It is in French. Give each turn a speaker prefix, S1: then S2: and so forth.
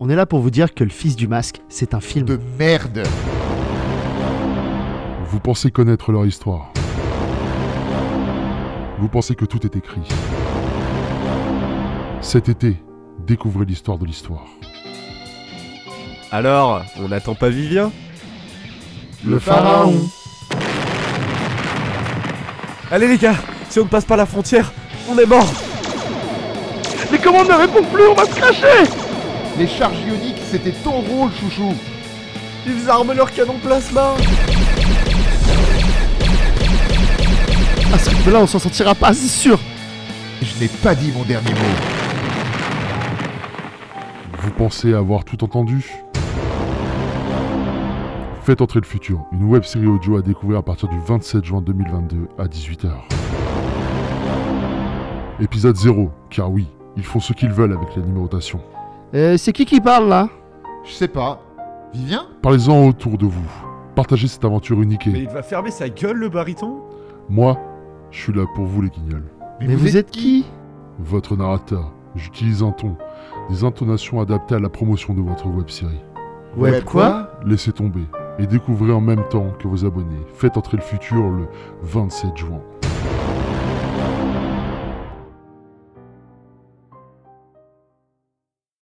S1: On est là pour vous dire que Le Fils du Masque, c'est un film.
S2: De merde
S3: Vous pensez connaître leur histoire. Vous pensez que tout est écrit. Cet été, découvrez l'histoire de l'histoire.
S4: Alors, on n'attend pas Vivien
S2: Le pharaon
S4: Allez les gars, si on ne passe pas la frontière, on est mort
S5: Mais comment on ne répond plus On va se cracher
S2: Les charges ioniques, c'était ton rôle, chouchou
S4: Ils arment leur canon plasma
S1: À ce rythme-là, on s'en sortira pas, c'est sûr
S2: Je n'ai pas dit mon dernier mot.
S3: Vous pensez avoir tout entendu Faites entrer le futur, une web série audio à découvrir à partir du 27 juin 2022 à 18h. Épisode 0, car oui, ils font ce qu'ils veulent avec la numérotation.
S1: Euh, c'est qui qui parle là
S2: Je sais pas. Vivien
S3: Parlez-en autour de vous. Partagez cette aventure unique et
S4: Mais il va fermer sa gueule le baryton
S3: moi, je suis là pour vous les guignols.
S1: Mais vous, êtes qui
S3: Votre narrateur, j'utilise un ton, des intonations adaptées à la promotion de votre web série.
S1: Ouais, quoi
S3: Laissez tomber et découvrez en même temps que vos abonnés. Faites entrer le futur le 27 juin.